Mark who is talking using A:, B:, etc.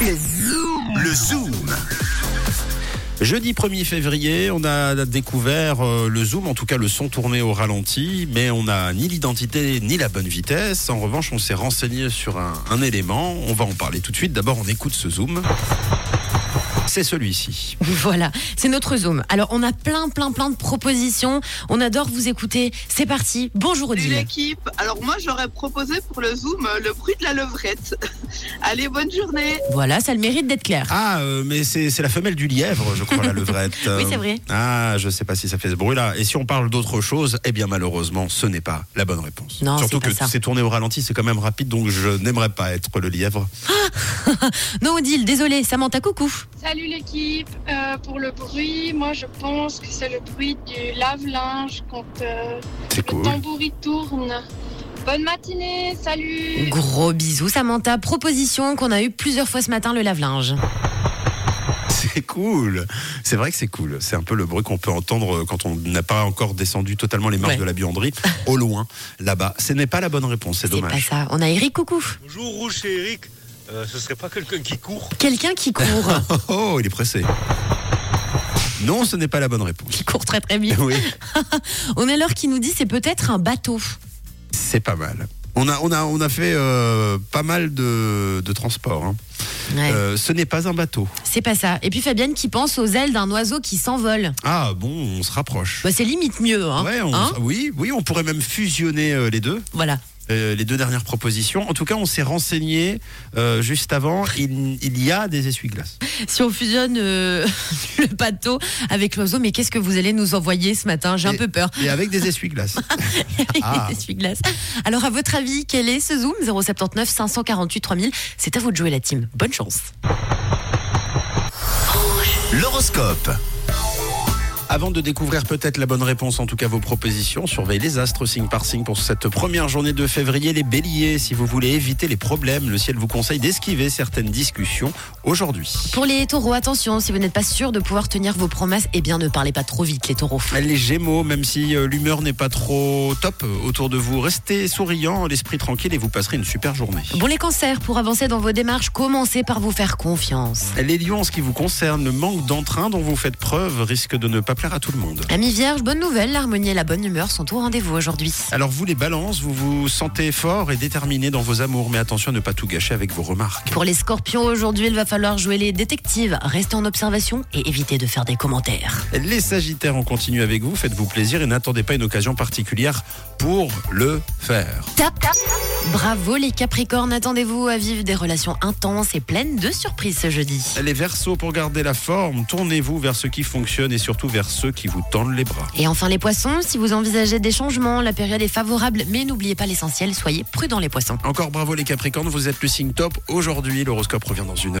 A: Le Zoom. Le Zoom. Jeudi 1er février, on a découvert euh, le zoom, en tout cas le son tourné au ralenti, mais on n'a ni l'identité ni la bonne vitesse. En revanche, on s'est renseigné sur un, un élément, on va en parler tout de suite. D'abord, on écoute ce zoom. C'est celui-ci.
B: Voilà, c'est notre Zoom. Alors, on a plein, plein, plein de propositions. On adore vous écouter. C'est parti. Bonjour
C: Salut
B: Odile.
C: l'équipe. Alors moi j'aurais proposé pour le zoom euh, le bruit de la levrette. Allez, bonne journée.
B: Voilà, ça a le mérite d'être clair.
A: Ah, euh, mais c'est c'est la femelle du lièvre, je crois, la levrette.
B: Oui, c'est vrai.
A: Ah, je sais pas si ça fait ce bruit-là. Et si on parle d'autre chose, eh bien malheureusement, ce n'est pas la bonne réponse.
B: Non,
A: Surtout
B: c'est pas
A: que
B: ça.
A: c'est tourné au ralenti, c'est quand même rapide, donc je n'aimerais pas être le lièvre.
B: Non, Odile, désolé, Samantha, coucou.
D: Salut l'équipe. Euh, pour le bruit, moi je pense que c'est le bruit du lave-linge quand euh,
A: C'est
D: le
A: cool.
D: tambour il tourne. Bonne matinée, salut.
B: Gros bisous, Samantha. Proposition qu'on a eue plusieurs fois ce matin, le lave-linge.
A: C'est cool. C'est vrai que c'est cool. C'est un peu le bruit qu'on peut entendre euh, quand on n'a pas encore descendu totalement les marches
B: Ouais.
A: de la buanderie, au loin, là-bas. Ce n'est pas la bonne réponse, c'est
B: C'est pas
A: dommage.
B: ça. On a Eric, coucou.
E: Bonjour Rouge, c'est Eric. Euh, ce serait pas quelqu'un qui court
B: Quelqu'un qui court.
A: Oh, oh, il est pressé. Non, ce n'est pas la bonne réponse.
B: qui court très, très vite.
A: Oui,
B: On a l'heure qui nous dit c'est peut-être un bateau.
A: c'est pas mal. On a, on a, on a fait euh, pas mal de, de transports. hein.
B: Ouais,
A: Euh, ce n'est pas un bateau.
B: C'est pas ça. Et puis Fabienne qui pense aux ailes d'un oiseau qui s'envole.
A: Ah bon, on se rapproche.
B: Bah, c'est limite mieux. Hein.
A: Ouais, on-
B: Hein
A: oui, oui, on pourrait même fusionner euh, les deux.
B: voilà.
A: Euh, les deux dernières propositions. En tout cas, on s'est renseigné euh, juste avant. Il, il y a des essuie-glaces.
B: Si on fusionne euh, le bateau avec l'oiseau, mais qu'est-ce que vous allez nous envoyer ce matin J'ai un
A: Et-
B: peu peur.
A: Et avec des essuie-glaces. Ah.
B: Essuie-glace. Alors, à votre avis, quel est ce Zoom 079 548 3000 C'est à vous de jouer la team. Bonne chance.
A: L'horoscope. Avant de découvrir peut-être la bonne réponse, en tout cas vos propositions, surveillez les astres signe par signe pour cette première journée de février. Les béliers, si vous voulez éviter les problèmes, le ciel vous conseille d'esquiver certaines discussions aujourd'hui.
B: Pour les taureaux, attention, si vous n'êtes pas sûr de pouvoir tenir vos promesses, eh bien, ne parlez pas trop vite, les taureaux.
A: Les Gémeaux, même si euh, l'humeur n'est pas trop top euh, autour de vous, restez souriant, l'esprit tranquille et vous passerez une super journée.
B: Bon, les cancers, pour avancer dans vos démarches, commencez par vous faire confiance.
A: Les lions, en ce qui vous concerne, le manque d'entrain dont vous faites preuve risque de ne pas plaire à tout le monde.
B: Amis vierges, bonne nouvelle, l'harmonie et la bonne humeur sont au rendez-vous aujourd'hui.
A: Alors vous les balances, vous vous sentez fort et déterminé dans vos amours, mais attention à ne pas tout gâcher avec vos remarques.
B: Pour les scorpions, aujourd'hui, il va falloir jouer les détectives. Restez en observation et évitez de faire des commentaires.
A: Les sagittaires, on continue avec vous, faites-vous plaisir et n'attendez pas une occasion particulière pour le faire.
B: Tap, tap. Bravo les capricornes, attendez-vous à vivre des relations intenses et pleines de surprises ce jeudi.
A: Les versos, pour garder la forme, tournez-vous vers ce qui fonctionne et surtout vers ceux qui vous tendent les bras.
B: Et enfin les poissons, si vous envisagez des changements, la période est favorable, mais n'oubliez pas l'essentiel, soyez prudents les poissons.
A: Encore bravo les capricornes, vous êtes le signe top aujourd'hui, l'horoscope revient dans une heure.